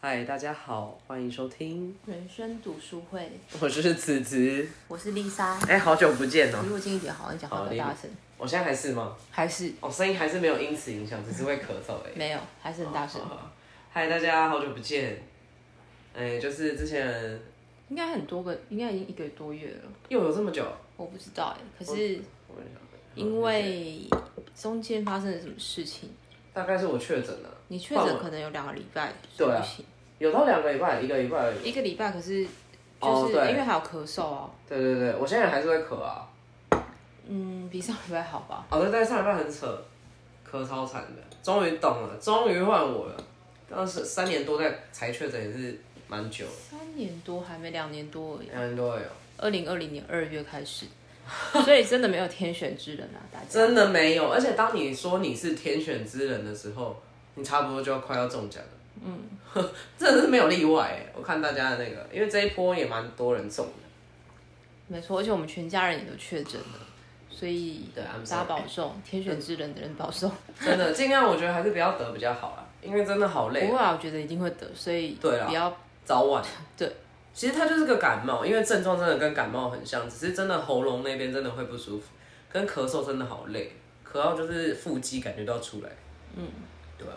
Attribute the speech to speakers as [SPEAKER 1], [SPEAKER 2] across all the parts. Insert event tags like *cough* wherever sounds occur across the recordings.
[SPEAKER 1] 嗨，大家好，欢迎收听，
[SPEAKER 2] 人生读书会，
[SPEAKER 1] 我是子子。
[SPEAKER 2] 我是丽莎。
[SPEAKER 1] 哎、好久不见哦、
[SPEAKER 2] 离我近一点，好像讲
[SPEAKER 1] 好
[SPEAKER 2] 话比较大声，
[SPEAKER 1] 我现在还是吗？
[SPEAKER 2] 还是
[SPEAKER 1] 哦，声音还是没有因此影响，只是会咳嗽而已。哦
[SPEAKER 2] 没有，还是很大声，
[SPEAKER 1] 嗨，大家好久不见。哎、就是之前
[SPEAKER 2] 应该很多个，应该已经一个多月了，
[SPEAKER 1] 又有这么久，
[SPEAKER 2] 我不知道哎。可是
[SPEAKER 1] 我跟你讲
[SPEAKER 2] 因为中间发生了什么事情，
[SPEAKER 1] 大概是我确诊了，
[SPEAKER 2] 你确诊可能有两个礼拜，
[SPEAKER 1] 对啊
[SPEAKER 2] 不行，
[SPEAKER 1] 有到两个礼拜，一个礼拜而已。
[SPEAKER 2] 一个礼拜，可是
[SPEAKER 1] 哦
[SPEAKER 2] 就是
[SPEAKER 1] 对
[SPEAKER 2] 因为还有咳嗽啊，
[SPEAKER 1] 对对对，我现在还是会咳啊。
[SPEAKER 2] 嗯，比上礼拜好吧？
[SPEAKER 1] 哦，对对，上礼拜很扯，咳超惨的，终于懂了，终于换我了。当时三年多在才确诊也是蛮久，
[SPEAKER 2] 三年多还没两年多而已，
[SPEAKER 1] 两年多了有。
[SPEAKER 2] 二零二零年二月开始，所以真的没有天选之人啊，大家。
[SPEAKER 1] 真的没有，而且当你说你是天选之人的时候，你差不多就要快要中奖了。 *laughs* 嗯，真的是没有例外欸。我看大家的那个，因为这一波也蛮多人中的。
[SPEAKER 2] 没错，而且我们全家人也都确诊了，所以
[SPEAKER 1] 对，I'm
[SPEAKER 2] 大家
[SPEAKER 1] sorry
[SPEAKER 2] 保重，天选之人的人保重。
[SPEAKER 1] 真的，尽量我觉得还是不要得比较好啦，因为真的好累
[SPEAKER 2] 不，会啊，我觉得一定会得，所以
[SPEAKER 1] 对啊啦
[SPEAKER 2] 不要
[SPEAKER 1] 早晚。
[SPEAKER 2] 对，
[SPEAKER 1] 其实它就是个感冒，因为症状真的跟感冒很像，只是真的喉咙那边真的会不舒服，跟咳嗽真的好累，咳到就是腹肌感觉都要出来。嗯，对啊，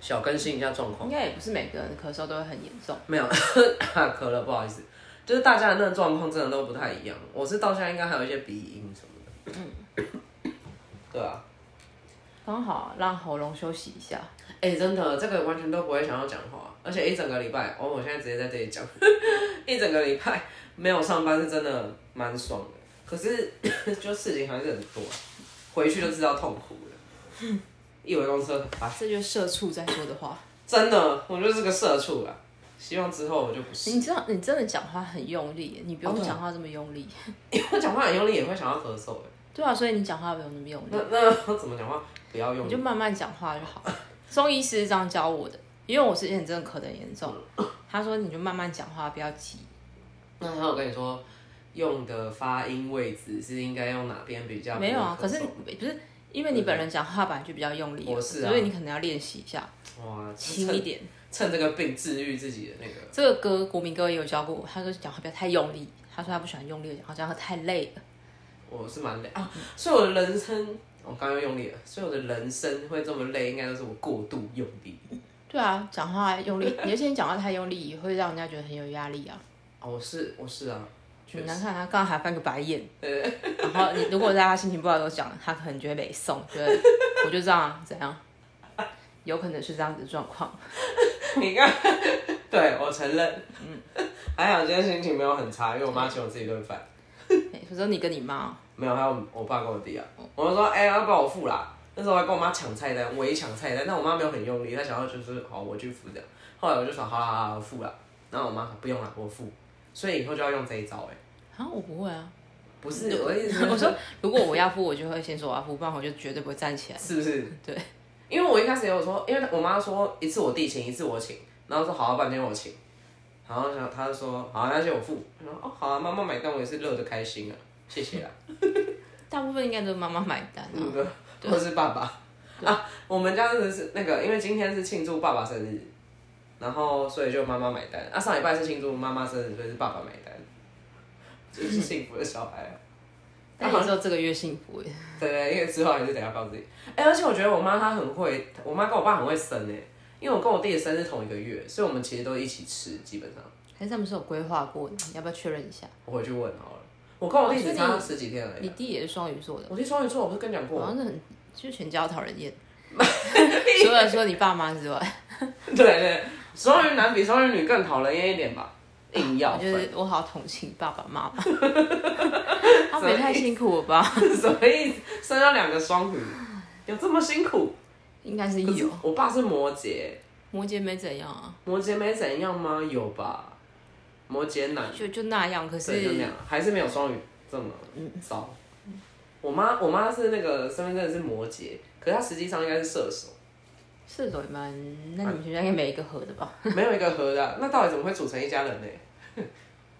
[SPEAKER 1] 小更新一下状况。
[SPEAKER 2] 应该也不是每个人咳嗽都会很严重。
[SPEAKER 1] 没有， *laughs* 咳了，不好意思，就是大家的那个状况真的都不太一样。我是到现在应该还有一些鼻音什么的。对啊，
[SPEAKER 2] 刚好让喉咙休息一下，
[SPEAKER 1] 哎、真的，这个完全都不会想要讲话，而且一整个礼拜，哦，我现在直接在这里讲， *laughs* 一整个礼拜没有上班是真的蛮爽的，可是 *coughs* 就事情还是很多，啊回去就知道痛苦了。一回公司很烦，
[SPEAKER 2] 这就是社畜在说的话。
[SPEAKER 1] 真的，我就是个社畜啦。希望之后我就不是， *laughs*
[SPEAKER 2] 你知道，你真的讲话很用力耶，你不
[SPEAKER 1] 哦
[SPEAKER 2] 用
[SPEAKER 1] 对啊
[SPEAKER 2] 讲话这么用力。
[SPEAKER 1] 因为我讲话很用力，也会想要咳嗽。欸
[SPEAKER 2] 对啊，所以你讲话不用那么用力
[SPEAKER 1] 那，那怎么讲话？不要用
[SPEAKER 2] 你就慢慢讲话
[SPEAKER 1] *laughs*
[SPEAKER 2] 就好了。中医师是这样教我的，因为我之前真的咳得很严重，他说你就慢慢讲话，不要急。
[SPEAKER 1] 那他有跟你说用的发音位置是应该用哪边比较？
[SPEAKER 2] 没有啊，
[SPEAKER 1] 不
[SPEAKER 2] 可
[SPEAKER 1] 会咳
[SPEAKER 2] 是
[SPEAKER 1] 嗽
[SPEAKER 2] 你不是因为你本人讲话本来就比较用力了，
[SPEAKER 1] 我是啊
[SPEAKER 2] 所以你可能要练习一下，
[SPEAKER 1] 哇，
[SPEAKER 2] 轻一
[SPEAKER 1] 趁
[SPEAKER 2] 点。
[SPEAKER 1] 趁这个病治愈自己的那个，
[SPEAKER 2] 这个歌国民歌也有教过我，他说讲话不要太用力，他说他不喜欢用力的讲话，讲话太累 *laughs* 了。
[SPEAKER 1] 我是蛮累啊。所以我的人生，我刚刚又用力了，所以我的人生会这么累，应该都是我过度用力。
[SPEAKER 2] 对啊，讲话用力，而且你讲话太用力也会让人家觉得很有压力啊。
[SPEAKER 1] 哦，我是我是啊，确
[SPEAKER 2] 很
[SPEAKER 1] 实
[SPEAKER 2] 难看，他刚刚还翻个白 *laughs* 眼。然后你如果大家心情不好的时候讲，他可能觉得没送，觉得我就这样啊怎样，有可能是这样子的状况。
[SPEAKER 1] *laughs* 你看， *laughs* 对我承认，
[SPEAKER 2] 嗯
[SPEAKER 1] 还好今天心情没有很差，因为我妈请我吃一顿饭。
[SPEAKER 2] 哎我说你跟你妈，
[SPEAKER 1] 没有，还有我爸跟我弟啊。我就说，哎、要不要我付啦？那时候我还跟我妈抢菜单，我一抢菜单，但我妈没有很用力，她想要就是好，我去付这样。后来我就说，好啦好啦，我付啦。然后我妈说不用啦，我付。所以以后就要用这一招哎、
[SPEAKER 2] 啊我不会啊。
[SPEAKER 1] 不是我的意思，
[SPEAKER 2] *laughs* 我说如果我要付，我就会先说我要付，不然我就绝对不会站起来。
[SPEAKER 1] 是不是？
[SPEAKER 2] 对，
[SPEAKER 1] 因为我一开始也有说，因为我妈说一次我弟请，一次我请，然后说好、啊，半天我请，然后想她就说好、啊，那就我付。然后哦好啊，妈妈买单我也是乐得开心啊，谢谢啦。
[SPEAKER 2] 大部分应该都是妈妈买单啊。
[SPEAKER 1] 对，或是爸爸啊。我们家真的是那个，因为今天是庆祝爸爸生日，然后所以就妈妈买单。啊，上礼拜是庆祝妈妈生日，所以是爸爸买单，就是幸福的小孩啊。
[SPEAKER 2] *laughs* 但你知道这个月幸福耶，
[SPEAKER 1] 对对，因为之后还是得要告诉自己。哎、而且我觉得我妈她很会，我妈跟我爸很会生哎、因为我跟我弟的生日同一个月，所以我们其实都一起吃，基本上
[SPEAKER 2] 还是他们是有规划过的？你要不要确认一下？
[SPEAKER 1] 我回去问好了。我跟我弟
[SPEAKER 2] 哦所以
[SPEAKER 1] 只
[SPEAKER 2] 你
[SPEAKER 1] 差十几天而已
[SPEAKER 2] 你。弟也是双鱼座的，
[SPEAKER 1] 我弟双鱼啊座，我不是跟你讲过吗
[SPEAKER 2] 好像是很就是全家都
[SPEAKER 1] *laughs*
[SPEAKER 2] 讨人厌，除了说你爸妈之外，
[SPEAKER 1] *laughs* 对对，双鱼男比双鱼女更讨人厌一点吧，硬要
[SPEAKER 2] 我
[SPEAKER 1] 分
[SPEAKER 2] 觉。得我好同情爸爸
[SPEAKER 1] *laughs*
[SPEAKER 2] 妈妈，他们也太辛苦了吧？
[SPEAKER 1] 什么意思？生了两个双鱼，有这么辛苦？
[SPEAKER 2] 应该是
[SPEAKER 1] 可是
[SPEAKER 2] 有，
[SPEAKER 1] 我爸是摩羯，
[SPEAKER 2] 摩羯没怎样啊，
[SPEAKER 1] 摩羯没怎样吗？有吧？摩羯男，
[SPEAKER 2] 就就那样，可
[SPEAKER 1] 对，就那
[SPEAKER 2] 是
[SPEAKER 1] 样，还是没有双鱼这么糟。我妈，我妈是那个身份证是摩羯，可是她实际上应该是射
[SPEAKER 2] *laughs*
[SPEAKER 1] 手，
[SPEAKER 2] 射手也蛮，那你们全家应该没一个合的吧？
[SPEAKER 1] 没有一个合的啊、那到底怎么会组成一家人呢？ *laughs*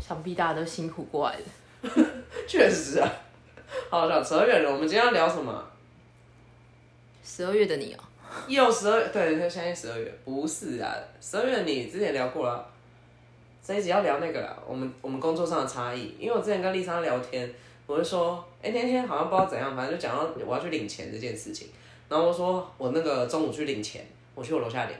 [SPEAKER 2] 想必大家都辛苦过来的。
[SPEAKER 1] 确实啊啊，好了，扯远了。我们今天要聊什么？
[SPEAKER 2] 十二月的你哦、
[SPEAKER 1] *laughs* 又十二，对，现在十二月，不是啊，十二月你之前聊过了，这一集要聊那个啦，我们我们工作上的差异，因为我之前跟丽莎聊天，我就说，哎、那天好像不知道怎样，反正就讲到我要去领钱这件事情，然后我说我那个中午去领钱，我去我楼下领，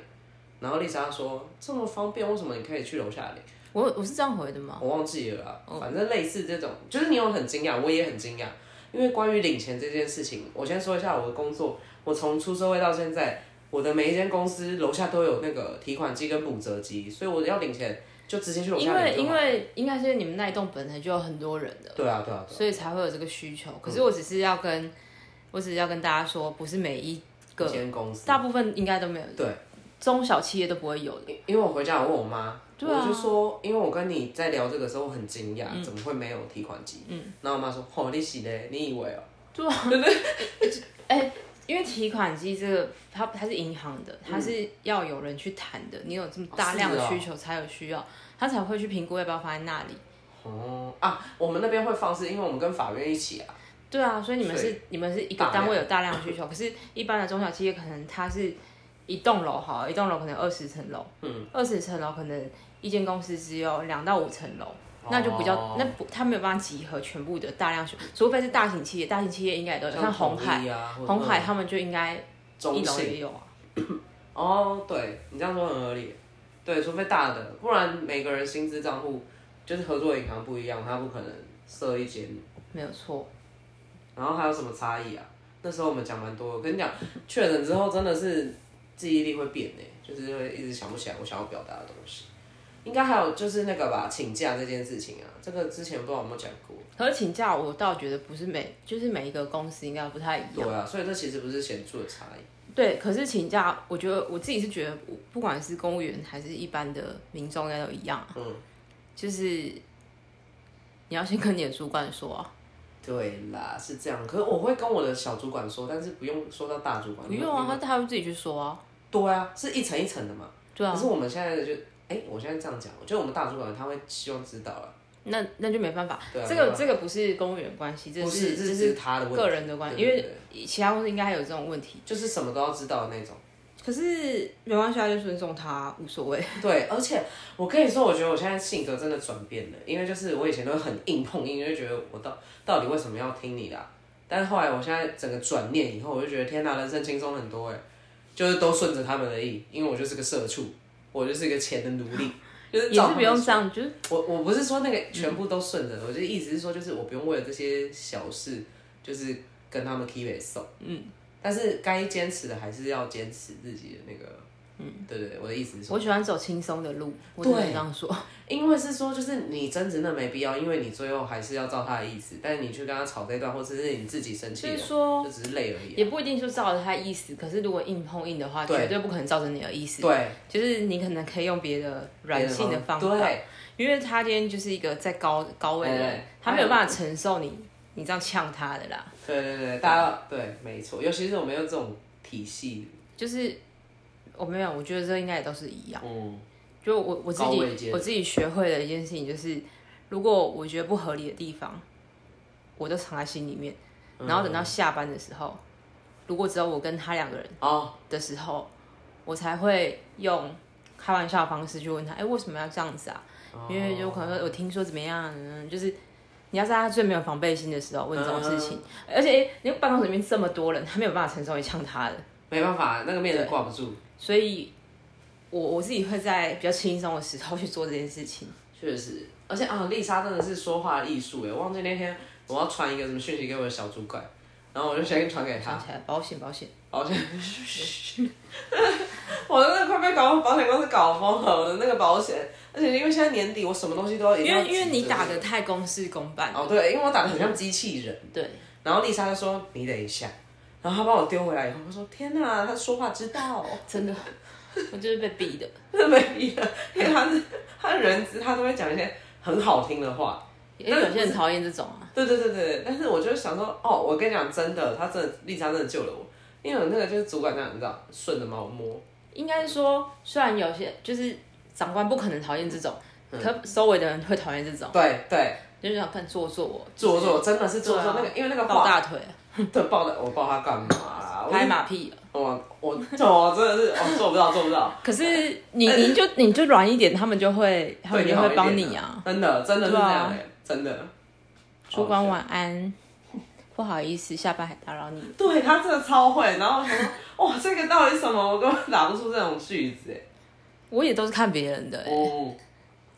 [SPEAKER 1] 然后丽莎说这么方便，为什么你可以去楼下领？
[SPEAKER 2] 我我是这样回的吗？
[SPEAKER 1] 我忘记了啦，
[SPEAKER 2] 哦
[SPEAKER 1] 反正类似这种，就是你有很惊讶，我也很惊讶，因为关于领钱这件事情，我先说一下我的工作，我从出社会到现在，我的每一间公司楼下都有那个提款机跟补折机，所以我要领钱就直接去楼
[SPEAKER 2] 因
[SPEAKER 1] 下领
[SPEAKER 2] 为呃
[SPEAKER 1] 就
[SPEAKER 2] 因
[SPEAKER 1] 好。
[SPEAKER 2] 为应该是你们那一栋本来就有很多人的，
[SPEAKER 1] 对啊，对啊，
[SPEAKER 2] 所以才会有这个需求。可
[SPEAKER 1] 嗯
[SPEAKER 2] 是我只是要跟，我只是要跟大家说，不是每一
[SPEAKER 1] 一
[SPEAKER 2] 个，
[SPEAKER 1] 间啊公司。
[SPEAKER 2] 大部分应该都没有，
[SPEAKER 1] 对，
[SPEAKER 2] 中小企业都不会有的。
[SPEAKER 1] 因因为我回家我问我妈，
[SPEAKER 2] 对啊
[SPEAKER 1] 我就说，因为我跟你在聊这个时候我很惊讶，
[SPEAKER 2] 嗯
[SPEAKER 1] 怎么会没有提款机？嗯，然后我妈说，哦，你洗嘞，你以为哦、
[SPEAKER 2] 因为提款机这个，它它是银行的，它是要有人去谈的。你有这么大量
[SPEAKER 1] 嗯哦
[SPEAKER 2] 的
[SPEAKER 1] 是哦
[SPEAKER 2] 需求，才有需要，他才会去评估要不要放在那里。
[SPEAKER 1] 哦啊，我们那边会放是因为我们跟法院一起啊，
[SPEAKER 2] 对啊，所以你们是你们是一个
[SPEAKER 1] 大量
[SPEAKER 2] 单位有大量的需求，可是一般的中小企业可能它是一栋楼好了，一栋楼可能二十层楼，嗯，二十层楼可能一间公司只有两到五层楼，那就比较、
[SPEAKER 1] 哦
[SPEAKER 2] 那不它没有办法集合全部的大量需，除非是大型企业，大型企业应该也都有，像红海，
[SPEAKER 1] 统一啊，或者
[SPEAKER 2] 红海他们就应该
[SPEAKER 1] 中
[SPEAKER 2] 一楼
[SPEAKER 1] 性
[SPEAKER 2] 也有啊，
[SPEAKER 1] 哦，对你这样说很合理，对，除非大的，不然每个人薪资账户就是合作银行不一样，他不可能设一间。
[SPEAKER 2] 没有错，
[SPEAKER 1] 然后还有什么差异啊？那时候我们讲蛮多的，我跟你讲，确诊之后真的是记忆力会变诶、就是会一直想不起来我想要表达的东西。应该还有就是那个吧，请假这件事情啊，这个之前不知道有没有讲过。
[SPEAKER 2] 可是请假我倒觉得不是每就是每一个公司应该不太一样。
[SPEAKER 1] 对啊，所以这其实不是显著的差异。
[SPEAKER 2] 对，可是请假，我觉得我自己是觉得，不管是公务员还是一般的民众，应该都一样。啊
[SPEAKER 1] 嗯，
[SPEAKER 2] 就是你要先跟你的主管说啊，
[SPEAKER 1] 对啦，是这样。可是我会跟我的小主管说，但是不用说到大主管。
[SPEAKER 2] 不用啊，他他会自己去说啊。
[SPEAKER 1] 对啊，是一层一层的嘛。
[SPEAKER 2] 对啊，
[SPEAKER 1] 可是我们现在的就，哎、我现在这样讲，我觉得我们大主管他会希望知道了。
[SPEAKER 2] 那那就没办法，
[SPEAKER 1] 对啊
[SPEAKER 2] 这
[SPEAKER 1] 没
[SPEAKER 2] 个这个不是公务员关系，这
[SPEAKER 1] 不是，
[SPEAKER 2] 这
[SPEAKER 1] 这是他的问题，
[SPEAKER 2] 个人的关系，
[SPEAKER 1] 对
[SPEAKER 2] 因
[SPEAKER 1] 对
[SPEAKER 2] 为其他公司应该还有这种问题。
[SPEAKER 1] 对就是什么都要知道的那种。
[SPEAKER 2] 可是没关系啊，就尊重他，无所谓。
[SPEAKER 1] 对，而且我跟你说，我觉得我现在性格真的转变了，因为就是我以前都很硬碰硬，就觉得我到到底为什么要听你的啊、但是后来我现在整个转念以后，我就觉得天哪，人生轻松很多哎，就是都顺着他们的意，因为我就是个社畜，我就是一个钱的奴隶，就是
[SPEAKER 2] 也
[SPEAKER 1] 照他
[SPEAKER 2] 是不
[SPEAKER 1] 们
[SPEAKER 2] 用这样，就是
[SPEAKER 1] 我我不是说那
[SPEAKER 2] 嗯
[SPEAKER 1] 个全部都顺着，我就意思是说，就是我不用为了这些小事，就是跟他们 keep it 送，嗯，但是该坚持的还是要坚持自己的那个，嗯，对对对，我的意思是说，
[SPEAKER 2] 我喜欢走轻松的路，我只能
[SPEAKER 1] 对
[SPEAKER 2] 这样说。
[SPEAKER 1] 因为是说，就是你争执那没必要，因为你最后还是要照他的意思，但是你去跟他吵这一段，或者是你自己生气
[SPEAKER 2] 所以
[SPEAKER 1] 了，
[SPEAKER 2] 说，
[SPEAKER 1] 就只是累而已，
[SPEAKER 2] 也不一定就照着他的意思，可是如果硬碰硬的话，
[SPEAKER 1] 对
[SPEAKER 2] 绝对不可能照着你的意思。
[SPEAKER 1] 对，
[SPEAKER 2] 就是你可能可以用别的软性的方法，
[SPEAKER 1] 对，
[SPEAKER 2] 因为他今天就是一个在高高位的人
[SPEAKER 1] 对，
[SPEAKER 2] 他没有办法承受你你这样呛他的啦。
[SPEAKER 1] 对对对，大家对，没错，尤其是我们有这种体系，
[SPEAKER 2] 就是我没有，我觉得这应该也都是一样。
[SPEAKER 1] 嗯，
[SPEAKER 2] 就我我自
[SPEAKER 1] 高位
[SPEAKER 2] 己
[SPEAKER 1] 阶
[SPEAKER 2] 我自己学会的一件事情就是，如果我觉得不合理的地方，我都藏在心里面，
[SPEAKER 1] 嗯
[SPEAKER 2] 然后等到下班的时候，如果只有我跟他两个人。
[SPEAKER 1] 哦，
[SPEAKER 2] 的时候，我才会用开玩笑的方式去问他，哎、为什么要这样子啊？
[SPEAKER 1] 哦
[SPEAKER 2] 因为有可能说我听说怎么样，嗯就是你要在他最没有防备心的时候问这种事情，而且、哎你办公室里面这么多人，他没有办法承受你呛他的，
[SPEAKER 1] 没办法，那个面子挂不住。
[SPEAKER 2] 所以我我自己会在比较轻松的时候去做这件事情。
[SPEAKER 1] 确实，而且啊，丽莎真的是说话的艺术哎！我忘记那天我要传一个什么讯息给我的小主管，然后我就先传给他，
[SPEAKER 2] 想起来，保险保险，
[SPEAKER 1] 保险，哦 *laughs* 我真的快被搞保险公司搞疯了，我的那个保险，而且因为现在年底，我什么东西都要一
[SPEAKER 2] 因
[SPEAKER 1] 定要
[SPEAKER 2] 为因为
[SPEAKER 1] 急
[SPEAKER 2] 你
[SPEAKER 1] 着
[SPEAKER 2] 打的太公事公办，
[SPEAKER 1] 哦对，因为我打的很像机器人，
[SPEAKER 2] 对，
[SPEAKER 1] 然后丽莎就说你等一下，然后她帮我丢回来以后，我说天哪，她说话之道。
[SPEAKER 2] 真的，我就是被逼的，
[SPEAKER 1] 真的没必要，因为她是 *laughs* 她人资，她都会讲一些很好听的话，
[SPEAKER 2] 因为有些人讨厌这种啊，
[SPEAKER 1] 对对对对，但是我就想说，哦，我跟你讲，真的，他真的丽莎真的救了我，因为我那个就是主管那样，你知道，顺着毛摸，
[SPEAKER 2] 应该是说，虽然有些就是长官不可能讨厌这种，
[SPEAKER 1] 嗯
[SPEAKER 2] 可周围的人会讨厌这种，
[SPEAKER 1] 对对，
[SPEAKER 2] 就是想看做做我，
[SPEAKER 1] 做做真的是做
[SPEAKER 2] 对
[SPEAKER 1] 做
[SPEAKER 2] 啊
[SPEAKER 1] 那个，因为那个
[SPEAKER 2] 抱
[SPEAKER 1] 话，
[SPEAKER 2] 大腿啊，
[SPEAKER 1] 对抱的我抱他干嘛啦？我
[SPEAKER 2] 拍马屁。
[SPEAKER 1] 我我我真的是哦，做不到做不到，
[SPEAKER 2] 可是你你就你就软一点，他们就会他
[SPEAKER 1] 哎对
[SPEAKER 2] 们
[SPEAKER 1] 你
[SPEAKER 2] 就
[SPEAKER 1] 好一点哦
[SPEAKER 2] 会帮你啊。，
[SPEAKER 1] 真的真的是这
[SPEAKER 2] 对啊
[SPEAKER 1] 样哎、真的。
[SPEAKER 2] 主管
[SPEAKER 1] 好
[SPEAKER 2] 晚
[SPEAKER 1] *laughs*
[SPEAKER 2] 安，不好意思，下班还打扰你。
[SPEAKER 1] 笑，对他真的超会，然后我想说哇，这个到底什么？我根本打不出这种句子哎、
[SPEAKER 2] 我也都是看别人的、欸，
[SPEAKER 1] 哦，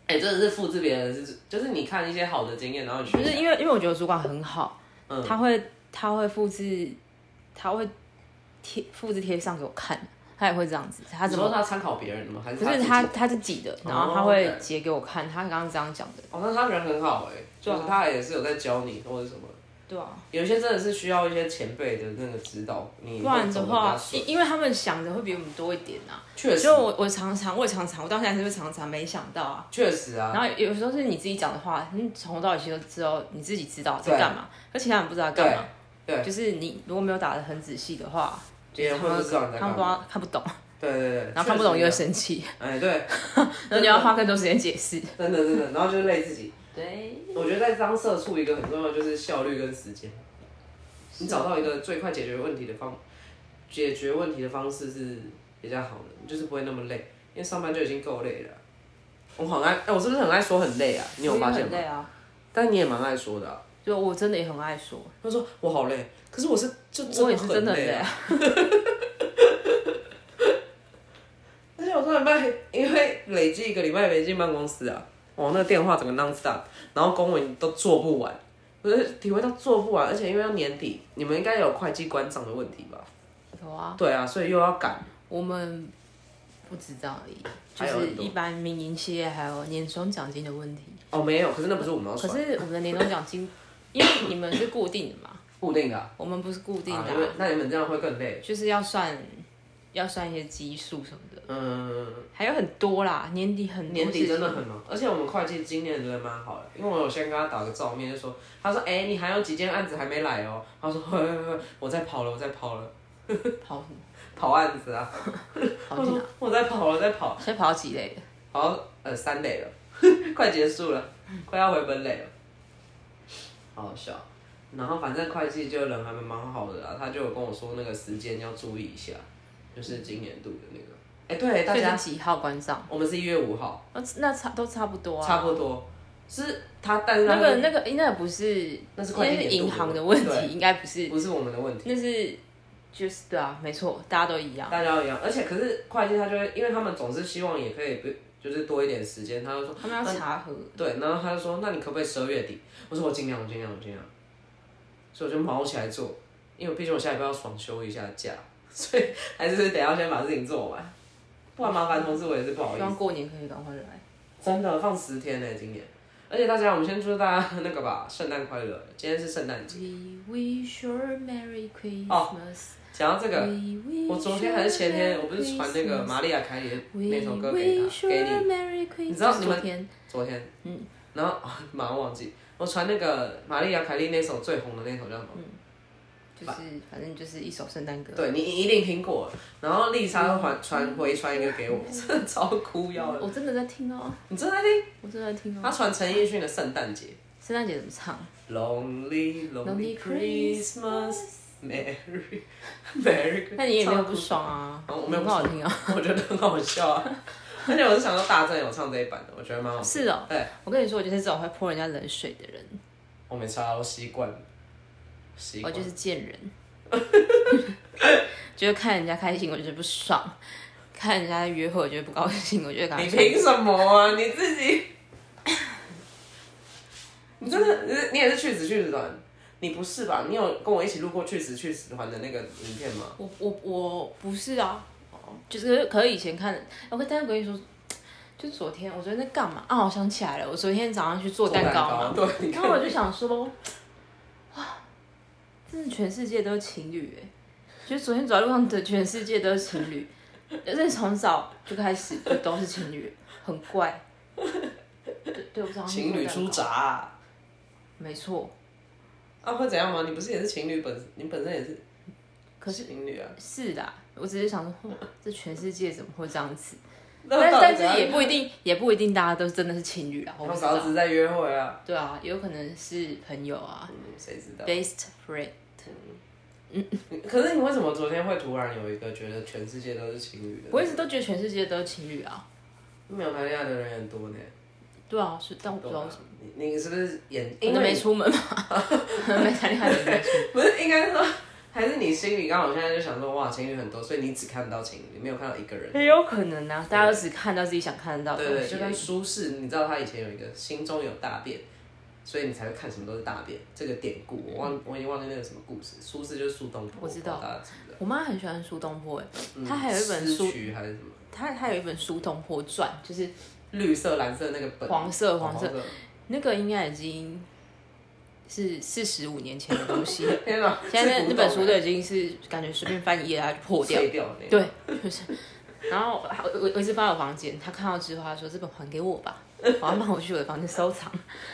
[SPEAKER 1] 哎、真的是复制别人的是，就是你看一些好的经验，然后你学
[SPEAKER 2] 不欸是
[SPEAKER 1] 习。
[SPEAKER 2] 因为因为我觉得我主管很好，
[SPEAKER 1] 嗯
[SPEAKER 2] 他会他会复制，他会贴复制贴上给我看，他也会这样子，他
[SPEAKER 1] 你
[SPEAKER 2] 啊怎
[SPEAKER 1] 说
[SPEAKER 2] 么？
[SPEAKER 1] 他参考别人的吗？还是
[SPEAKER 2] 不是
[SPEAKER 1] 自己
[SPEAKER 2] 他他自己的，然后他
[SPEAKER 1] 哦
[SPEAKER 2] 会
[SPEAKER 1] OK
[SPEAKER 2] 截给我看，他啊刚刚这样讲的，
[SPEAKER 1] 哦，那他人很好哎、就是他也是有在教你或者什么。
[SPEAKER 2] 对啊，
[SPEAKER 1] 有些真的是需要一些前辈的那个指导，你
[SPEAKER 2] 不然
[SPEAKER 1] 会走得
[SPEAKER 2] 的
[SPEAKER 1] 比较
[SPEAKER 2] 话，
[SPEAKER 1] 顺
[SPEAKER 2] 因因为他们想的会比我们多一点啊，
[SPEAKER 1] 确实
[SPEAKER 2] 就我我常常我也常常，我到现在是不是常常没想到啊？
[SPEAKER 1] 确实啊，
[SPEAKER 2] 然后有时候是你自己讲的话，你从头到尾其实都知道你自己知道在
[SPEAKER 1] 对
[SPEAKER 2] 干嘛，而其他人不知道干嘛。
[SPEAKER 1] 对对
[SPEAKER 2] 就是你如果没有打的很仔细的话，
[SPEAKER 1] 别人会不知道你在
[SPEAKER 2] 他
[SPEAKER 1] 干
[SPEAKER 2] 们不知
[SPEAKER 1] 嘛。
[SPEAKER 2] 道看不懂，
[SPEAKER 1] 对对对，
[SPEAKER 2] 然后看不懂
[SPEAKER 1] 确
[SPEAKER 2] 又会
[SPEAKER 1] 实是
[SPEAKER 2] 生气，
[SPEAKER 1] 这样。哎，对，
[SPEAKER 2] *laughs* 然后你要花更多时间解释。
[SPEAKER 1] 真的真的，然后就是累自己。
[SPEAKER 2] 对，
[SPEAKER 1] 我觉得在当社畜一个很重要的就是效率跟时间，你找到一个最快解决问题的方，解决问题的方式是比较好的，你就是不会那么累，因为上班就已经够累了。我很爱，哎、我是不是很爱说很累啊？你有发现
[SPEAKER 2] 很
[SPEAKER 1] 吗？
[SPEAKER 2] 累啊，
[SPEAKER 1] 但你也蛮爱说的、啊。
[SPEAKER 2] 就我真的也很爱说，
[SPEAKER 1] 他说我好累，可是我是就真
[SPEAKER 2] 我也
[SPEAKER 1] 的
[SPEAKER 2] 是
[SPEAKER 1] 很
[SPEAKER 2] 真的很
[SPEAKER 1] 累
[SPEAKER 2] 累
[SPEAKER 1] 啊。
[SPEAKER 2] 啊。
[SPEAKER 1] 而且我上礼拜因为累积一个礼拜没进办公室啊，我那个电话整个 non stop，然后公文都做不完，我就体会到做不完，而且因为要年底，你们应该有会计关账的问题吧？
[SPEAKER 2] 有啊，
[SPEAKER 1] 对啊，所以又要赶，
[SPEAKER 2] 我们不知道而已，就
[SPEAKER 1] 还有
[SPEAKER 2] 是
[SPEAKER 1] 很多
[SPEAKER 2] 一般民营企业还有年终奖金的问题。
[SPEAKER 1] 哦，没有，可是那不是我们要
[SPEAKER 2] 可
[SPEAKER 1] 算
[SPEAKER 2] 是我们的年终奖金，因为你们是固定的嘛，
[SPEAKER 1] *laughs* 固定的、啊，
[SPEAKER 2] 我们不是固定
[SPEAKER 1] 啊
[SPEAKER 2] 的啊、
[SPEAKER 1] 因为那你们这样会更累。
[SPEAKER 2] 就是要算要算一些基数什么的，
[SPEAKER 1] 嗯，
[SPEAKER 2] 还有很多啦，年底很多
[SPEAKER 1] 年底
[SPEAKER 2] 事情
[SPEAKER 1] 真的很忙，而且我们会计今年人蛮好的，因为我有先跟他打个照面，就说他说哎、你还有几件案子还没来哦，他说呵呵呵我在跑了，我在跑了，
[SPEAKER 2] 跑什么
[SPEAKER 1] 跑案子啊，
[SPEAKER 2] 跑
[SPEAKER 1] 我
[SPEAKER 2] 去
[SPEAKER 1] 说 *laughs*
[SPEAKER 2] 哪？
[SPEAKER 1] 我在跑了，我在跑。
[SPEAKER 2] 先跑到几类的？
[SPEAKER 1] 好，呃，三垒了， *laughs* 快结束了，
[SPEAKER 2] 嗯
[SPEAKER 1] 快要回本垒了，好好笑。然后反正会计就人还蛮好的啦，啊他就有跟我说那个时间要注意一下，就是今年度的那个。哎、对大
[SPEAKER 2] 所以
[SPEAKER 1] 家，
[SPEAKER 2] 是几号关上？
[SPEAKER 1] 我们是一月五号，
[SPEAKER 2] 那那差都差不多啊。
[SPEAKER 1] 差不多是他，但是他
[SPEAKER 2] 那个那个应该不是，
[SPEAKER 1] 那是
[SPEAKER 2] 应
[SPEAKER 1] 会计
[SPEAKER 2] 该是
[SPEAKER 1] 年度
[SPEAKER 2] 银行的问
[SPEAKER 1] 对
[SPEAKER 2] 题，应该不是，
[SPEAKER 1] 不是我们的问题，
[SPEAKER 2] 那是就是对啊，没错，大家都一样。
[SPEAKER 1] 大家都一样。而且可是会计他就会，因为他们总是希望也可以不就是多一点时间，他就说
[SPEAKER 2] 他们要查核，
[SPEAKER 1] 对，然后他就说：“那你可不可以十二月底？”我说：“我尽量，我尽量，我尽量。”所以我就毛起来做，因为毕竟我下礼拜要爽休一下假， *laughs* 所以还是得要先把事情做完，不然麻烦同事我也是不好意
[SPEAKER 2] 希
[SPEAKER 1] 思。
[SPEAKER 2] 望过年可以赶快来。
[SPEAKER 1] 真的放十天呢、今年。而且大家，我们先祝大家那个吧，圣诞快乐！今天是圣诞节。
[SPEAKER 2] We wish you a merry Christmas
[SPEAKER 1] 哦。讲到这个，
[SPEAKER 2] We
[SPEAKER 1] 我昨天还是前天，我不是传那个玛利亚凯莉的那首歌给他，给你。
[SPEAKER 2] 你
[SPEAKER 1] 你知道你们
[SPEAKER 2] 昨天
[SPEAKER 1] 昨天，嗯，然后、 *laughs* 哦、马上忘记，我传那个玛利亚凯莉那首最红的那首叫什么？
[SPEAKER 2] 就是反正就是一首圣诞歌。
[SPEAKER 1] 对你一定听过，然后丽莎
[SPEAKER 2] 嗯
[SPEAKER 1] 传传回传一个给我，真的超哭腰的。
[SPEAKER 2] 我真的在听哦，
[SPEAKER 1] 你真的在听？
[SPEAKER 2] 我真的在听哦。
[SPEAKER 1] 她传陈奕迅的《圣诞节
[SPEAKER 2] 圣诞节怎么唱？》
[SPEAKER 1] ，Lonely Lonely
[SPEAKER 2] Lonely
[SPEAKER 1] Christmas Merry *laughs* Merry，
[SPEAKER 2] 那你也没有不爽啊？
[SPEAKER 1] 哦我没有
[SPEAKER 2] 很
[SPEAKER 1] 不
[SPEAKER 2] 好听啊。
[SPEAKER 1] 我觉得很好笑啊。而且我是想到大正有唱这一版的，我觉得蛮好。
[SPEAKER 2] 是哦，
[SPEAKER 1] 对，
[SPEAKER 2] 我跟你说，我就是这种会泼人家冷水的人，
[SPEAKER 1] 我没差，我习惯了，习
[SPEAKER 2] 我
[SPEAKER 1] 惯
[SPEAKER 2] 就。是贱人， *laughs* 就是看人家开心，我就是不爽；看人家约会，我觉得不高兴，我就感
[SPEAKER 1] 你
[SPEAKER 2] 觉
[SPEAKER 1] 凭什么啊？你自
[SPEAKER 2] *laughs*
[SPEAKER 1] 己，你真的，你是你也是去死去死团？你不是吧？你有跟我一起录过去死去死团的那个影片吗？
[SPEAKER 2] 我我我不是啊，就是可以以前看，哎我跟但是我跟你说，就昨天我昨天在干嘛啊？我想起来了，我昨天早上去做蛋糕嘛，
[SPEAKER 1] 对，
[SPEAKER 2] *laughs*
[SPEAKER 1] 你
[SPEAKER 2] 然
[SPEAKER 1] 看
[SPEAKER 2] 后我就想说，哇，真的全世界都是情侣哎！就是昨天走在路上的全世界都是情侣，而且从早就开始就都是情侣，很怪。对对，我早上去
[SPEAKER 1] 情侣
[SPEAKER 2] 做蛋
[SPEAKER 1] 出
[SPEAKER 2] 糕
[SPEAKER 1] 闸啊，
[SPEAKER 2] 没错，
[SPEAKER 1] 啊会怎样吗？你不是也是情侣本，你本身也是
[SPEAKER 2] 可是
[SPEAKER 1] 情侣啊？
[SPEAKER 2] 是的，我只是想说，哇，这全世界怎么会这样子？
[SPEAKER 1] 那
[SPEAKER 2] 但
[SPEAKER 1] 到底
[SPEAKER 2] 但
[SPEAKER 1] 怎样
[SPEAKER 2] 是也不一定，也不一定大家都真的是情侣啊，
[SPEAKER 1] 他
[SPEAKER 2] 我不
[SPEAKER 1] 们
[SPEAKER 2] 知
[SPEAKER 1] 早
[SPEAKER 2] 道
[SPEAKER 1] 就。只是在约会啊，
[SPEAKER 2] 对啊，有可能是朋友啊
[SPEAKER 1] 嗯，谁知道？
[SPEAKER 2] ，best friend。
[SPEAKER 1] 可是你为什么昨天会突然有一个觉得全世界都是情侣的？
[SPEAKER 2] 我一直都觉得全世界都是情侣啊。
[SPEAKER 1] 没有谈恋爱的人很多呢。
[SPEAKER 2] 对啊，是，但我不知道为什么。
[SPEAKER 1] 你你是不是眼？
[SPEAKER 2] 因
[SPEAKER 1] 啊因
[SPEAKER 2] 为
[SPEAKER 1] 为
[SPEAKER 2] 没出门嘛，
[SPEAKER 1] *laughs*
[SPEAKER 2] 没谈恋爱的没出门。
[SPEAKER 1] 不是应该说，还是你心里刚好现在就想说，哇，情侣很多，所以你只看到情侣，没有看到一个人。
[SPEAKER 2] 也有可能啊，大家都只看到自己想看到的
[SPEAKER 1] 对
[SPEAKER 2] 东
[SPEAKER 1] 对，
[SPEAKER 2] 西
[SPEAKER 1] 就
[SPEAKER 2] 而
[SPEAKER 1] 跟
[SPEAKER 2] 已。
[SPEAKER 1] 舒适，你知道他以前有一个心中有大便，所以你才会看什么都是大便这个典故，我忘我已经忘记那个什么故事。舒适就是苏东坡，
[SPEAKER 2] 我知道
[SPEAKER 1] 大家知道
[SPEAKER 2] 我妈很喜欢苏东坡，哎，
[SPEAKER 1] 嗯
[SPEAKER 2] 她还有一本
[SPEAKER 1] 诗
[SPEAKER 2] 书
[SPEAKER 1] 曲还是什么
[SPEAKER 2] 她她有一本《苏东坡传》，就是
[SPEAKER 1] 绿色蓝色那个本，
[SPEAKER 2] 黄色
[SPEAKER 1] 黄
[SPEAKER 2] 黄色，
[SPEAKER 1] 色。
[SPEAKER 2] 那个应该已经是四十五年前的
[SPEAKER 1] *laughs*
[SPEAKER 2] 东西。
[SPEAKER 1] 天哪！
[SPEAKER 2] 现在那那本书
[SPEAKER 1] 的
[SPEAKER 2] 都已经是感觉随便翻一页啊它就破掉。
[SPEAKER 1] 碎掉的那个
[SPEAKER 2] 对，就是。 *laughs* 然后我我我一直放在我房间，他看到之后他说：“这本还给我吧，我要放回去我的房间收藏。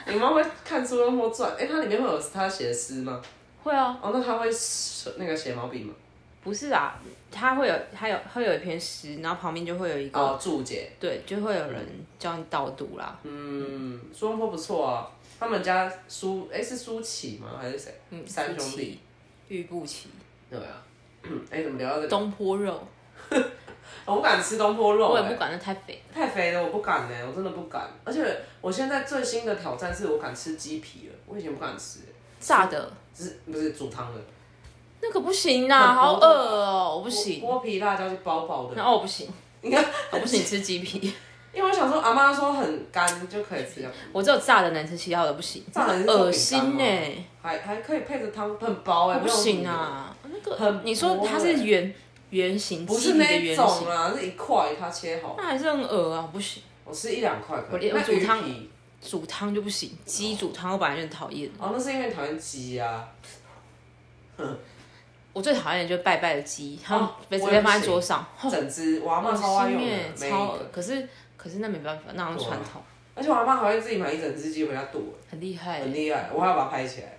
[SPEAKER 1] 你妈会看《苏东坡传》？哎，它里面会有他写的诗吗？”
[SPEAKER 2] 会啊，
[SPEAKER 1] 哦，那 *laughs* 他会手那个写毛笔吗？
[SPEAKER 2] 不是啊，他会有他有会有一篇诗，然后旁边就会有一个、
[SPEAKER 1] 哦，注解。
[SPEAKER 2] 对，就会有人教你导读啦。
[SPEAKER 1] 嗯，苏东坡不错啊。他们家苏哎是苏乞吗？还是谁？
[SPEAKER 2] 嗯，
[SPEAKER 1] 三
[SPEAKER 2] 舒
[SPEAKER 1] 兄弟。
[SPEAKER 2] 淇、玉不齐、
[SPEAKER 1] 对啊。哎，怎么聊到这个？哦
[SPEAKER 2] 东坡肉，
[SPEAKER 1] 我不敢吃东坡肉，
[SPEAKER 2] 我也
[SPEAKER 1] 哎
[SPEAKER 2] 不管那太肥。
[SPEAKER 1] 太肥了，我不敢呢、我真的不敢。而且我现在最新的挑战是我敢吃鸡皮了，我以前不敢吃、
[SPEAKER 2] 炸的
[SPEAKER 1] 只是不是煮汤的，
[SPEAKER 2] 那个不行啊，
[SPEAKER 1] 很
[SPEAKER 2] 好
[SPEAKER 1] 薄的吧
[SPEAKER 2] 饿哦，我不行。
[SPEAKER 1] 剥皮辣椒是薄薄的，
[SPEAKER 2] 然后我不行，
[SPEAKER 1] 你看，
[SPEAKER 2] 我不行吃鸡皮， *laughs*
[SPEAKER 1] 因为我想说阿妈说很干就可以吃，
[SPEAKER 2] 我只有炸的能吃，其他的不行。
[SPEAKER 1] 炸的是
[SPEAKER 2] 恶心欸
[SPEAKER 1] 呢、
[SPEAKER 2] 呢、
[SPEAKER 1] 还还可以配着汤，很薄哎、
[SPEAKER 2] 我不行
[SPEAKER 1] 啊，
[SPEAKER 2] 啊，那个
[SPEAKER 1] 很
[SPEAKER 2] 你说
[SPEAKER 1] 薄
[SPEAKER 2] 它
[SPEAKER 1] 欸
[SPEAKER 2] 是圆圆形，
[SPEAKER 1] 不
[SPEAKER 2] 鸡
[SPEAKER 1] 是
[SPEAKER 2] 皮
[SPEAKER 1] 那
[SPEAKER 2] 的
[SPEAKER 1] 一
[SPEAKER 2] 圆
[SPEAKER 1] 种
[SPEAKER 2] 形，
[SPEAKER 1] 啦，是一块它切好，
[SPEAKER 2] 那还是很恶啊，我不行。
[SPEAKER 1] 我吃一两块可以。
[SPEAKER 2] 我我
[SPEAKER 1] 那鱼
[SPEAKER 2] 煮汤
[SPEAKER 1] 皮
[SPEAKER 2] 煮汤就不行，鸡煮汤我本来就很讨厌。
[SPEAKER 1] 哦，那是因为你讨厌鸡啊，
[SPEAKER 2] 我最讨厌的就是拜拜的鸡，他们
[SPEAKER 1] 哦
[SPEAKER 2] 被直
[SPEAKER 1] 我也
[SPEAKER 2] 接
[SPEAKER 1] 不
[SPEAKER 2] 放在
[SPEAKER 1] 行
[SPEAKER 2] 桌上，
[SPEAKER 1] 整只我阿妈
[SPEAKER 2] 恶
[SPEAKER 1] 超爱
[SPEAKER 2] 心
[SPEAKER 1] 用的
[SPEAKER 2] 耶，，
[SPEAKER 1] 每一
[SPEAKER 2] 欸超恶
[SPEAKER 1] 个，啊
[SPEAKER 2] 可是可是那没办法，那种传统
[SPEAKER 1] 而且我阿妈还会自己买一整只鸡回家剁、
[SPEAKER 2] 很厉害
[SPEAKER 1] 很
[SPEAKER 2] 耶。
[SPEAKER 1] 厉害，我还要把它拍起来，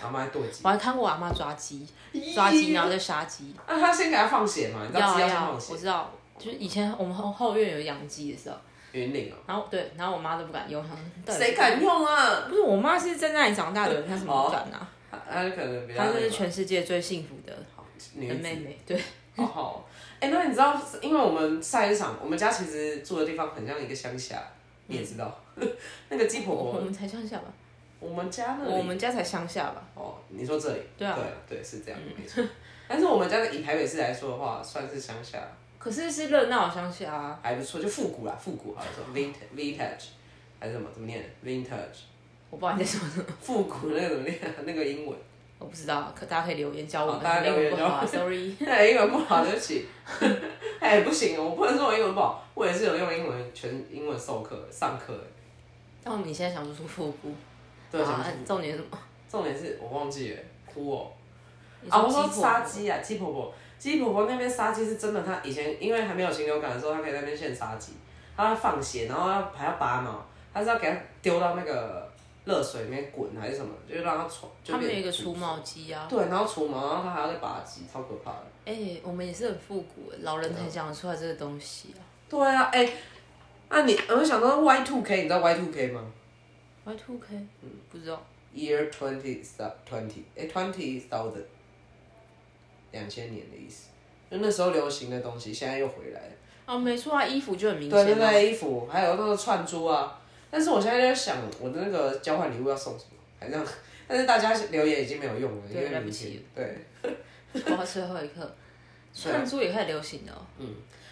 [SPEAKER 1] 然后把它剁鸡
[SPEAKER 2] 我。还看过我阿妈抓鸡， *laughs* 抓鸡然后再杀鸡，
[SPEAKER 1] 那、啊他先给它放血嘛，你知道鸡
[SPEAKER 2] 要啊
[SPEAKER 1] 要
[SPEAKER 2] 要
[SPEAKER 1] 先
[SPEAKER 2] 啊
[SPEAKER 1] 放，血
[SPEAKER 2] 我。知道，就是以前我们后后院有养鸡的时候，
[SPEAKER 1] 云岭哦，
[SPEAKER 2] 然后对，然后我妈都不敢用，她说到底是
[SPEAKER 1] 谁敢哦用啊？
[SPEAKER 2] 不是我妈是在那里长大的人，她怎么不敢啊？
[SPEAKER 1] 他他就可能比较
[SPEAKER 2] 她
[SPEAKER 1] 那
[SPEAKER 2] 就是
[SPEAKER 1] 个
[SPEAKER 2] 全世界最幸福的
[SPEAKER 1] 好
[SPEAKER 2] 的
[SPEAKER 1] 女
[SPEAKER 2] 妹
[SPEAKER 1] 子，
[SPEAKER 2] 妹，对，
[SPEAKER 1] 好好。哎、那你知道，因为我们晒日场，我们家其实住的地方很像一个乡下，你也知道， *laughs* 那个鸡婆
[SPEAKER 2] 我我
[SPEAKER 1] 婆，
[SPEAKER 2] 们才乡下吧，
[SPEAKER 1] 我们家那里，
[SPEAKER 2] 我们家才乡下吧，
[SPEAKER 1] 哦，你说这里，
[SPEAKER 2] 对啊，
[SPEAKER 1] 对对，是这样，没错。但是我们家的以台北市来说的话，算是乡下，
[SPEAKER 2] 啊可是是热闹的乡下啊。
[SPEAKER 1] 还不错，就复古啦，复古好像说 vintage vintage 还是什么怎么念 vintage *laughs*
[SPEAKER 2] 我不知道你在说什么，
[SPEAKER 1] 复古那个怎么念？ *laughs* 那个英文。
[SPEAKER 2] 我不知道，可大家可以留言教我
[SPEAKER 1] 好
[SPEAKER 2] 们。
[SPEAKER 1] 大家留言
[SPEAKER 2] 不好啊，sorry。 *laughs*
[SPEAKER 1] 哎，英文不好，对不起。 *laughs* 哎，不行，我不能说我英文不好，我也是有用英文全英文授课上课。
[SPEAKER 2] 但我们哦现在想不出复古，
[SPEAKER 1] *laughs* 对，
[SPEAKER 2] 好
[SPEAKER 1] 想
[SPEAKER 2] 啊
[SPEAKER 1] 不出
[SPEAKER 2] 重点是什么？
[SPEAKER 1] 重点是我忘记了，哭哦。
[SPEAKER 2] 你
[SPEAKER 1] 啊，我说
[SPEAKER 2] 鸡婆
[SPEAKER 1] 杀鸡啊，鸡婆婆，鸡婆婆那边杀鸡是真的，她以前因为还没有禽流感的时候，她可以在那边现杀鸡，她要放血，然后要还要拔毛，她是要给它丢到那个热水里面滚还是什么，就是让它喘，就
[SPEAKER 2] 他们有
[SPEAKER 1] 变
[SPEAKER 2] 一个除毛机啊。
[SPEAKER 1] 对，然后除毛，然后她还要再拔鸡，超可怕的。
[SPEAKER 2] 哎、我们也是很复古的，老
[SPEAKER 1] 啊
[SPEAKER 2] 人才讲得出来这个东西啊。
[SPEAKER 1] 对啊，哎、那你我就想到 Y two K，你知道 Y two K 吗？
[SPEAKER 2] Y two K，嗯，不知道。
[SPEAKER 1] Year twenty twenty，哎，twenty thousand，两千年的意思。就那时候流行的东西，现在又回来了。
[SPEAKER 2] 哦，没错啊，衣服就很明
[SPEAKER 1] 对对
[SPEAKER 2] 显啊。
[SPEAKER 1] 对，衣服还有那个串珠啊。但是我现在就在想，我的那个交换礼物要送什么？还让，但是大家留言已经没有用了，因
[SPEAKER 2] 对
[SPEAKER 1] 为
[SPEAKER 2] 来不
[SPEAKER 1] 明
[SPEAKER 2] 及
[SPEAKER 1] 天对，
[SPEAKER 2] 我到最
[SPEAKER 1] *laughs*
[SPEAKER 2] 后一刻，
[SPEAKER 1] 啊
[SPEAKER 2] 串珠也开始流行了哦、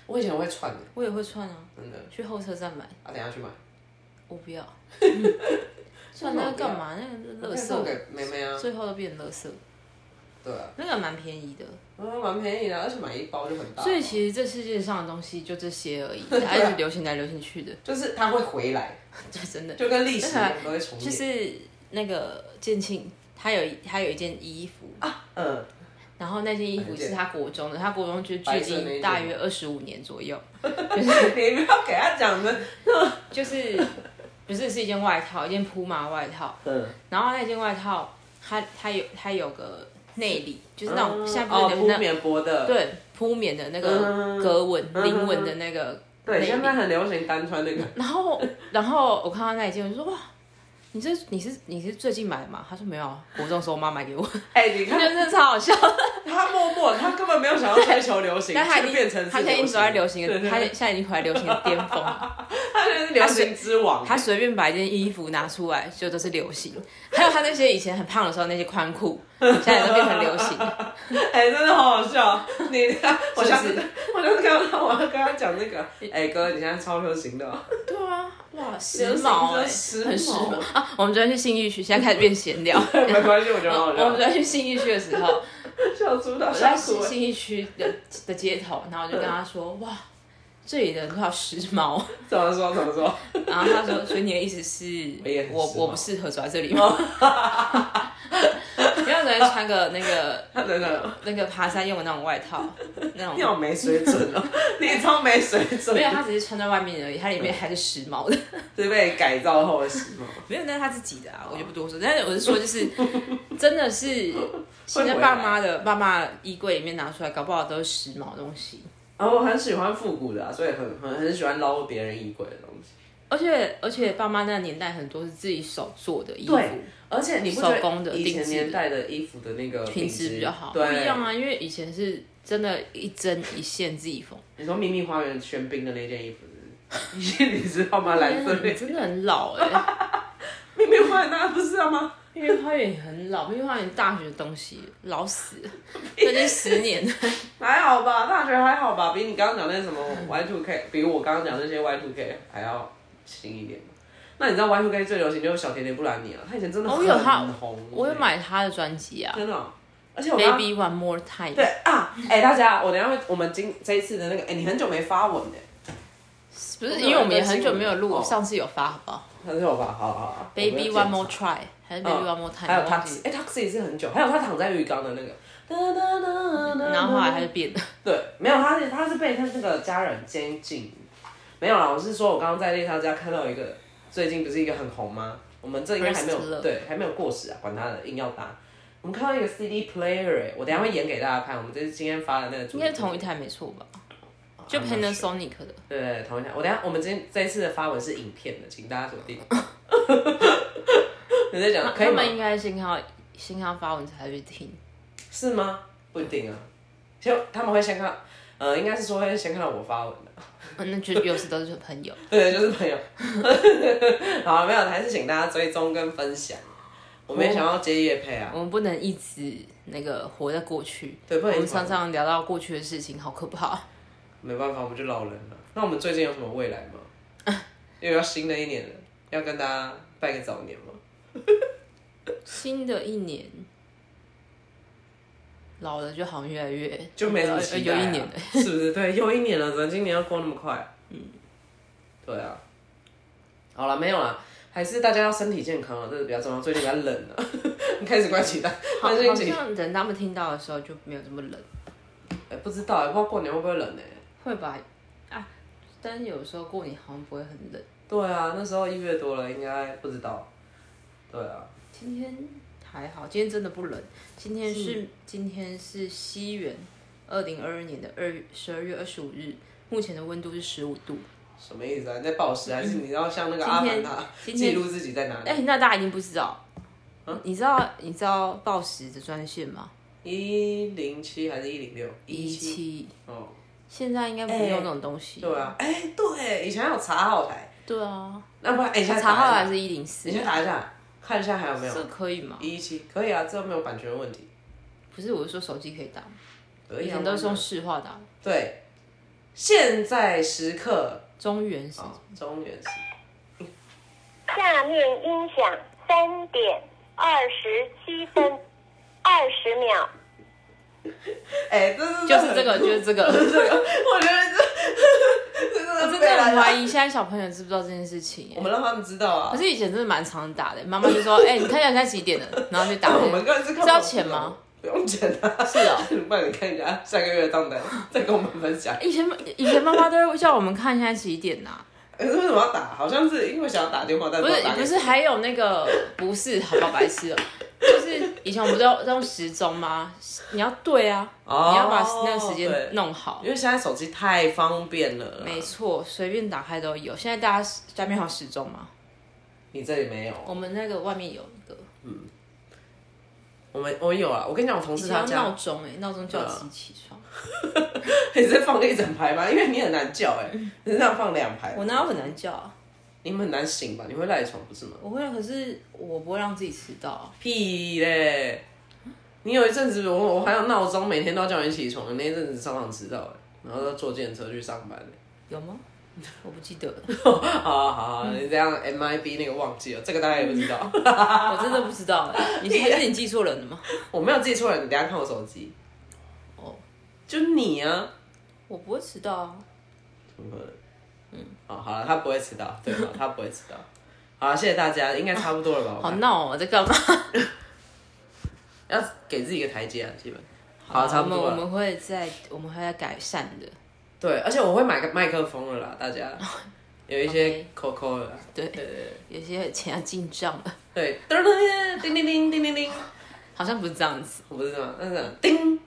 [SPEAKER 1] 我以前会串的，
[SPEAKER 2] 我也会串啊，
[SPEAKER 1] 真的。
[SPEAKER 2] 去后车站买。
[SPEAKER 1] 啊，等一下去买。
[SPEAKER 2] 我不
[SPEAKER 1] *laughs*
[SPEAKER 2] 要。串那个干嘛？那
[SPEAKER 1] 我
[SPEAKER 2] 个
[SPEAKER 1] 可以
[SPEAKER 2] 乐
[SPEAKER 1] 送
[SPEAKER 2] 色，
[SPEAKER 1] 给妹妹啊。
[SPEAKER 2] 最后都变乐色。
[SPEAKER 1] 对啊，
[SPEAKER 2] 那个蛮便宜的。
[SPEAKER 1] 嗯，蛮便宜的，而且买一包就很大。
[SPEAKER 2] 所以其实这世界上的东西就这些
[SPEAKER 1] *laughs*
[SPEAKER 2] 而已，它一直流行来流行去的，
[SPEAKER 1] 就是它会回来，
[SPEAKER 2] 这真的
[SPEAKER 1] 就跟历史一样都会重
[SPEAKER 2] 就
[SPEAKER 1] 演。
[SPEAKER 2] 是那个建庆，他有一他有一件衣服，
[SPEAKER 1] 嗯，
[SPEAKER 2] 然后那件衣服是他国中的，他国中就距
[SPEAKER 1] 白色那一件吗
[SPEAKER 2] 今大约二十五年左右，
[SPEAKER 1] 你不要给他讲的。
[SPEAKER 2] 就是
[SPEAKER 1] *laughs*
[SPEAKER 2] 不是是一件外套，一件铺麻外套，
[SPEAKER 1] 嗯，
[SPEAKER 2] 然后那件外套它它有它有个内里，就是 *laughs* 那种
[SPEAKER 1] 嗯
[SPEAKER 2] 现在
[SPEAKER 1] 哦
[SPEAKER 2] 不是流行
[SPEAKER 1] 铺棉薄的，
[SPEAKER 2] 那对铺棉的那个
[SPEAKER 1] 嗯
[SPEAKER 2] 格纹
[SPEAKER 1] 嗯
[SPEAKER 2] 菱纹的那个
[SPEAKER 1] 对，
[SPEAKER 2] 内里
[SPEAKER 1] 现在很流行单穿那个，
[SPEAKER 2] 然后，然后我看到那一件，我就说哇，你这你是你是最近买的吗？他说没有啊，国中的时候我妈买给我，
[SPEAKER 1] 哎、你
[SPEAKER 2] 我觉
[SPEAKER 1] 看
[SPEAKER 2] 得真的超
[SPEAKER 1] *laughs*
[SPEAKER 2] 好笑。
[SPEAKER 1] 他默默，他根本没有想要追求流行，
[SPEAKER 2] *laughs* 但他已
[SPEAKER 1] 就
[SPEAKER 2] 经
[SPEAKER 1] 变成是
[SPEAKER 2] 他现在已经走在流行的，
[SPEAKER 1] 对对
[SPEAKER 2] 他
[SPEAKER 1] 对
[SPEAKER 2] 现在已经回来流行的巅
[SPEAKER 1] *laughs*
[SPEAKER 2] 峰。
[SPEAKER 1] 他现在是流行之王。
[SPEAKER 2] 他随便把一件衣服拿出来就都是流行，还有他那些以前很胖的时候那些宽裤，现在都变成
[SPEAKER 1] *laughs*
[SPEAKER 2] 流行。
[SPEAKER 1] 哎、真的好好笑！你，我下次
[SPEAKER 2] 是不
[SPEAKER 1] 我下次看到我要跟他讲那个，哎、哥，你现在超流行的哦、
[SPEAKER 2] 对啊，哇，时
[SPEAKER 1] 流行
[SPEAKER 2] 髦
[SPEAKER 1] 就
[SPEAKER 2] 哎、
[SPEAKER 1] 时
[SPEAKER 2] 很时
[SPEAKER 1] 髦
[SPEAKER 2] 髦啊！我们昨天去信义区，现在开始变闲聊。
[SPEAKER 1] 没关系，我觉得很好
[SPEAKER 2] 我
[SPEAKER 1] 笑
[SPEAKER 2] 们昨，天去信义区的时候，
[SPEAKER 1] 笑出到
[SPEAKER 2] 我
[SPEAKER 1] 笑
[SPEAKER 2] 在
[SPEAKER 1] 哭
[SPEAKER 2] 信。信义区的的街头，然后我就跟他说：“哇，这里的人都好时髦。 *laughs*
[SPEAKER 1] 怎么说？怎么说？”
[SPEAKER 2] 然后他说：“所以你的意思是
[SPEAKER 1] 我也很时髦
[SPEAKER 2] 我我不适合走在这里吗？” *laughs* 因为我昨天穿个那个
[SPEAKER 1] 他真的，
[SPEAKER 2] 那个爬山用的那种外套，那
[SPEAKER 1] 你
[SPEAKER 2] 种
[SPEAKER 1] 好没水准哦、你超没水准，
[SPEAKER 2] 没有，他只是穿在外面而已，他里面还是时髦的。
[SPEAKER 1] 是被改造后的时髦。
[SPEAKER 2] *laughs* 没有，那是他自己的啊，我就不多说。但是我是说，就是 *laughs* 真的是现在
[SPEAKER 1] 回来
[SPEAKER 2] 爸妈的爸妈的衣柜里面拿出来，搞不好都是时髦的东西。
[SPEAKER 1] 然后我很喜欢复古的、啊，所以很很很喜欢捞别人衣柜的东西。
[SPEAKER 2] 而且而且，爸妈那个年代很多是自己手做的衣服，
[SPEAKER 1] 对而且你不觉
[SPEAKER 2] 手工
[SPEAKER 1] 得
[SPEAKER 2] 的
[SPEAKER 1] 以
[SPEAKER 2] 定
[SPEAKER 1] 前
[SPEAKER 2] 制
[SPEAKER 1] 年代的衣服的那个
[SPEAKER 2] 品质比较好，不
[SPEAKER 1] 对，
[SPEAKER 2] 一样啊。因为以前是真的，一针一线自己缝。
[SPEAKER 1] 你说秘密花园玄彬的那件衣服是不是，你知道吗？蓝色
[SPEAKER 2] 天啊你
[SPEAKER 1] 的
[SPEAKER 2] 真的很老
[SPEAKER 1] *laughs*
[SPEAKER 2] 哎、欸，
[SPEAKER 1] 秘密花园大家不啊知道吗？
[SPEAKER 2] 因为花园也很老，因为花园大学的东西老死了，最近十
[SPEAKER 1] *laughs*
[SPEAKER 2] 年了。
[SPEAKER 1] 还好吧，大学还好吧，比你刚刚讲那什么 Y two K，比我刚刚讲那些 Y two K 还要新一点。那你知道 Y two K 最流行就是小甜甜布兰妮啊，她以前真的
[SPEAKER 2] 哦
[SPEAKER 1] 很
[SPEAKER 2] 我有她
[SPEAKER 1] 红，
[SPEAKER 2] 我有，买他的专辑啊
[SPEAKER 1] 真的哦、而且我刚
[SPEAKER 2] ，Baby One More Time。
[SPEAKER 1] 对啊，哎、大家，我等一下会，我们今这一次的那个，哎、你很久没发文哎、
[SPEAKER 2] 不是，因为我们也很久没有录，
[SPEAKER 1] 哦
[SPEAKER 2] 上次有发好不好
[SPEAKER 1] 很久吧，好好好。
[SPEAKER 2] ？Baby
[SPEAKER 1] 我没有
[SPEAKER 2] One
[SPEAKER 1] 检
[SPEAKER 2] More
[SPEAKER 1] 查哦
[SPEAKER 2] Try 还是 Baby One More Time？
[SPEAKER 1] 还有
[SPEAKER 2] 我忘记
[SPEAKER 1] Taxi，哎、Taxi 也是很久，还有他躺在浴缸的那个。哒哒哒哒
[SPEAKER 2] 嗯然后后来他就变了。
[SPEAKER 1] 对，没有，他是他是被他那个家人监禁，没有啦。我是说，我刚刚在丽莎家看到一个，最近不是一个很红吗？我们这应该还没
[SPEAKER 2] First love
[SPEAKER 1] 有对，还没有过时啊，管他的，硬要搭。我们看到一个 CD player，、哎，我等一下会演给大家看。我们这是今天发的那个主题，
[SPEAKER 2] 应该是同一台没错吧？就 Panasonic 的，
[SPEAKER 1] 对，同一台。我等一下我们今天这一次的发文是影片的，请大家锁
[SPEAKER 2] *laughs*
[SPEAKER 1] 定。你在讲可以
[SPEAKER 2] 他
[SPEAKER 1] 吗
[SPEAKER 2] 们？应该先看到先看到发文才会去 *laughs* 听。
[SPEAKER 1] 是吗？不一定啊，就他们会先看，呃，应该是说会先看到我发文的。
[SPEAKER 2] 嗯，那就有时都是朋友。
[SPEAKER 1] 对，就是朋友。 *laughs* 好，没有，还是请大家追踪跟分享。我们也想要接夜配啊，
[SPEAKER 2] *laughs* 我们不能一直那个活在过去。
[SPEAKER 1] 对不
[SPEAKER 2] 我
[SPEAKER 1] 能
[SPEAKER 2] 们
[SPEAKER 1] 一直活
[SPEAKER 2] 常常聊到过去的事情，好可怕。
[SPEAKER 1] 没办法，我们就老人了。那我们最近有什么未来吗？
[SPEAKER 2] *laughs*
[SPEAKER 1] 又要新的一年了，要跟大家拜个早年吗？
[SPEAKER 2] 新的一年，老了就好像越来越呃
[SPEAKER 1] 就没什么期待、
[SPEAKER 2] 有
[SPEAKER 1] 啊，
[SPEAKER 2] 一年
[SPEAKER 1] *laughs*
[SPEAKER 2] 了。
[SPEAKER 1] 是不是？对，又一年了，怎么今年要过那么快、嗯，对啊。好了，没有了，还是大家要身体健康啊，这是比较重要。最近比较冷了、啊， *laughs* 你开始关起蛋，
[SPEAKER 2] 好
[SPEAKER 1] 关心
[SPEAKER 2] 好
[SPEAKER 1] 情。
[SPEAKER 2] 像等他们听到的时候就没有这么冷。
[SPEAKER 1] 哎、不知道哎、不知道过年会不会冷呢、
[SPEAKER 2] 会吧？啊，但是有时候过年好像不会很冷。
[SPEAKER 1] 对啊，那时候一月多了，应该不知道。对啊，
[SPEAKER 2] 今天还好，今天真的不冷。今天是今天是西元二零二二年的二十二月二十五日，目前的温度是十五度。
[SPEAKER 1] 什么意思啊？你在暴食还是你要像那个阿凡达
[SPEAKER 2] 嗯今天
[SPEAKER 1] 记录自己在啊哪里？啊
[SPEAKER 2] 哎、那大家一定不知道。你知道你知道报时的专线吗？
[SPEAKER 1] 一零七还是一零六？七
[SPEAKER 2] 七，
[SPEAKER 1] 哦，
[SPEAKER 2] 现在应该没有那种东西。
[SPEAKER 1] 对啊，哎、对，以前还有查号台，
[SPEAKER 2] 对啊，
[SPEAKER 1] 那哎不然哎、你现在
[SPEAKER 2] 查号
[SPEAKER 1] 打一
[SPEAKER 2] 还
[SPEAKER 1] 下
[SPEAKER 2] 是一零四
[SPEAKER 1] 你，先打一下，看一下还有没有
[SPEAKER 2] 这可以吗？
[SPEAKER 1] 一七？可以啊，这没有版权问题，
[SPEAKER 2] 不是，我是说手机可以打，
[SPEAKER 1] 可
[SPEAKER 2] 以
[SPEAKER 1] 以啊
[SPEAKER 2] 前。都是用市话打。
[SPEAKER 1] 对，现在时刻
[SPEAKER 2] 中原是
[SPEAKER 1] 哦，中原时
[SPEAKER 3] 下面音响三点二十七分二十秒。
[SPEAKER 1] 哎、这是
[SPEAKER 2] 就是这个，
[SPEAKER 1] 很酷
[SPEAKER 2] 就是
[SPEAKER 1] *laughs*
[SPEAKER 2] 这个。
[SPEAKER 1] 这 *laughs* 个，我觉得这这
[SPEAKER 2] 我
[SPEAKER 1] 真的
[SPEAKER 2] 真
[SPEAKER 1] 被
[SPEAKER 2] 的
[SPEAKER 1] 来
[SPEAKER 2] 很
[SPEAKER 1] 了
[SPEAKER 2] 怀疑现在小朋友知不知道这件事情欸
[SPEAKER 1] 我
[SPEAKER 2] 耶。
[SPEAKER 1] 们让他们知道啊
[SPEAKER 2] 可。是以前真的蛮常打的，妈妈就说：“哎、你看一下现在几点了？”然后就打。
[SPEAKER 1] 我们个人是看
[SPEAKER 2] 是要钱吗？
[SPEAKER 1] 不用钱啊。
[SPEAKER 2] 是哦。
[SPEAKER 1] *laughs* 不然你看一下下个月的账单，哎再跟我们分享。
[SPEAKER 2] 以前以前妈妈都会叫我们看现在几点呐、
[SPEAKER 1] 可是为什么要打？好像是因为想要打电话，但
[SPEAKER 2] 不
[SPEAKER 1] 知
[SPEAKER 2] 是
[SPEAKER 1] 道打给
[SPEAKER 2] 不是，还有那个不是，好吧，白痴哦、就是以前我们都要用时钟吗？你要对啊，
[SPEAKER 1] 哦
[SPEAKER 2] 你要把那个时
[SPEAKER 1] 对
[SPEAKER 2] 间弄好
[SPEAKER 1] 因。为现在手机太方便了啦。
[SPEAKER 2] 没错，随便打开都有。现在大家家里面还有时钟吗？
[SPEAKER 1] 你这里没有？
[SPEAKER 2] 我们那个外面有一个，
[SPEAKER 1] 我们我有啊，我跟你讲，我同
[SPEAKER 2] 以
[SPEAKER 1] 事
[SPEAKER 2] 前
[SPEAKER 1] 他
[SPEAKER 2] 要
[SPEAKER 1] 家嗯
[SPEAKER 2] 闹，钟哎，闹钟叫自己起床。
[SPEAKER 1] *laughs* 你是放一整排吗？因为你很难叫哎、你是这样放两排，
[SPEAKER 2] 我哪有很难叫啊？
[SPEAKER 1] 你们很难醒吧？你会赖床不是吗？
[SPEAKER 2] 我会，可是我不会让自己迟到啊。
[SPEAKER 1] 屁嘞！你有一阵子我我还有闹钟，每天都要叫你起床，那一阵子常常迟到哎、然后都坐电车去上班哎、
[SPEAKER 2] 有吗？我不记得了，
[SPEAKER 1] 好好好，你这样
[SPEAKER 2] 嗯
[SPEAKER 1] MIB 那个忘记了，这个大家也不知
[SPEAKER 2] *laughs*
[SPEAKER 1] 道。
[SPEAKER 2] 我真的不知道哎。你是还是你记错人了吗？
[SPEAKER 1] 我没有记错，你等一下看我手机。
[SPEAKER 2] 哦，
[SPEAKER 1] 就你啊，
[SPEAKER 2] *laughs* 我不会迟到啊。
[SPEAKER 1] 怎么可能？嗯，哦，好了，他不会迟到，对吧？他不会迟到。好，谢谢大家，应该差不多了吧？我
[SPEAKER 2] 好
[SPEAKER 1] 看
[SPEAKER 2] 闹哦，我在干嘛？
[SPEAKER 1] 要给自己一个台阶啊，基本。好，差不
[SPEAKER 2] 我
[SPEAKER 1] 多
[SPEAKER 2] 们我
[SPEAKER 1] 了。
[SPEAKER 2] 们会在我们会在改善的。
[SPEAKER 1] 对，而且我会买个麦克风了啦，大
[SPEAKER 2] *laughs*
[SPEAKER 1] 家有一些
[SPEAKER 2] 哦 OK
[SPEAKER 1] 扣扣了啦。
[SPEAKER 2] 对，
[SPEAKER 1] 对对对
[SPEAKER 2] 有些钱要进账了，
[SPEAKER 1] 对，噔噔叮叮叮叮叮叮，
[SPEAKER 2] 好像不是这样子。
[SPEAKER 1] 我不知道，那个叮，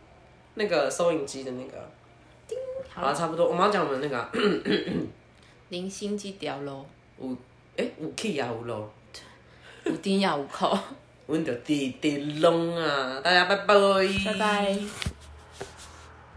[SPEAKER 1] 那个收音机的那个。
[SPEAKER 2] 好
[SPEAKER 1] 好了，
[SPEAKER 2] 了，
[SPEAKER 1] 差不多。我们要讲我们那个啊
[SPEAKER 2] 零星机掉喽，
[SPEAKER 1] 五哎五 K 啊五楼。
[SPEAKER 2] 五丁呀五扣，
[SPEAKER 1] 阮就滴滴拢啊，大家拜拜，
[SPEAKER 2] 拜拜。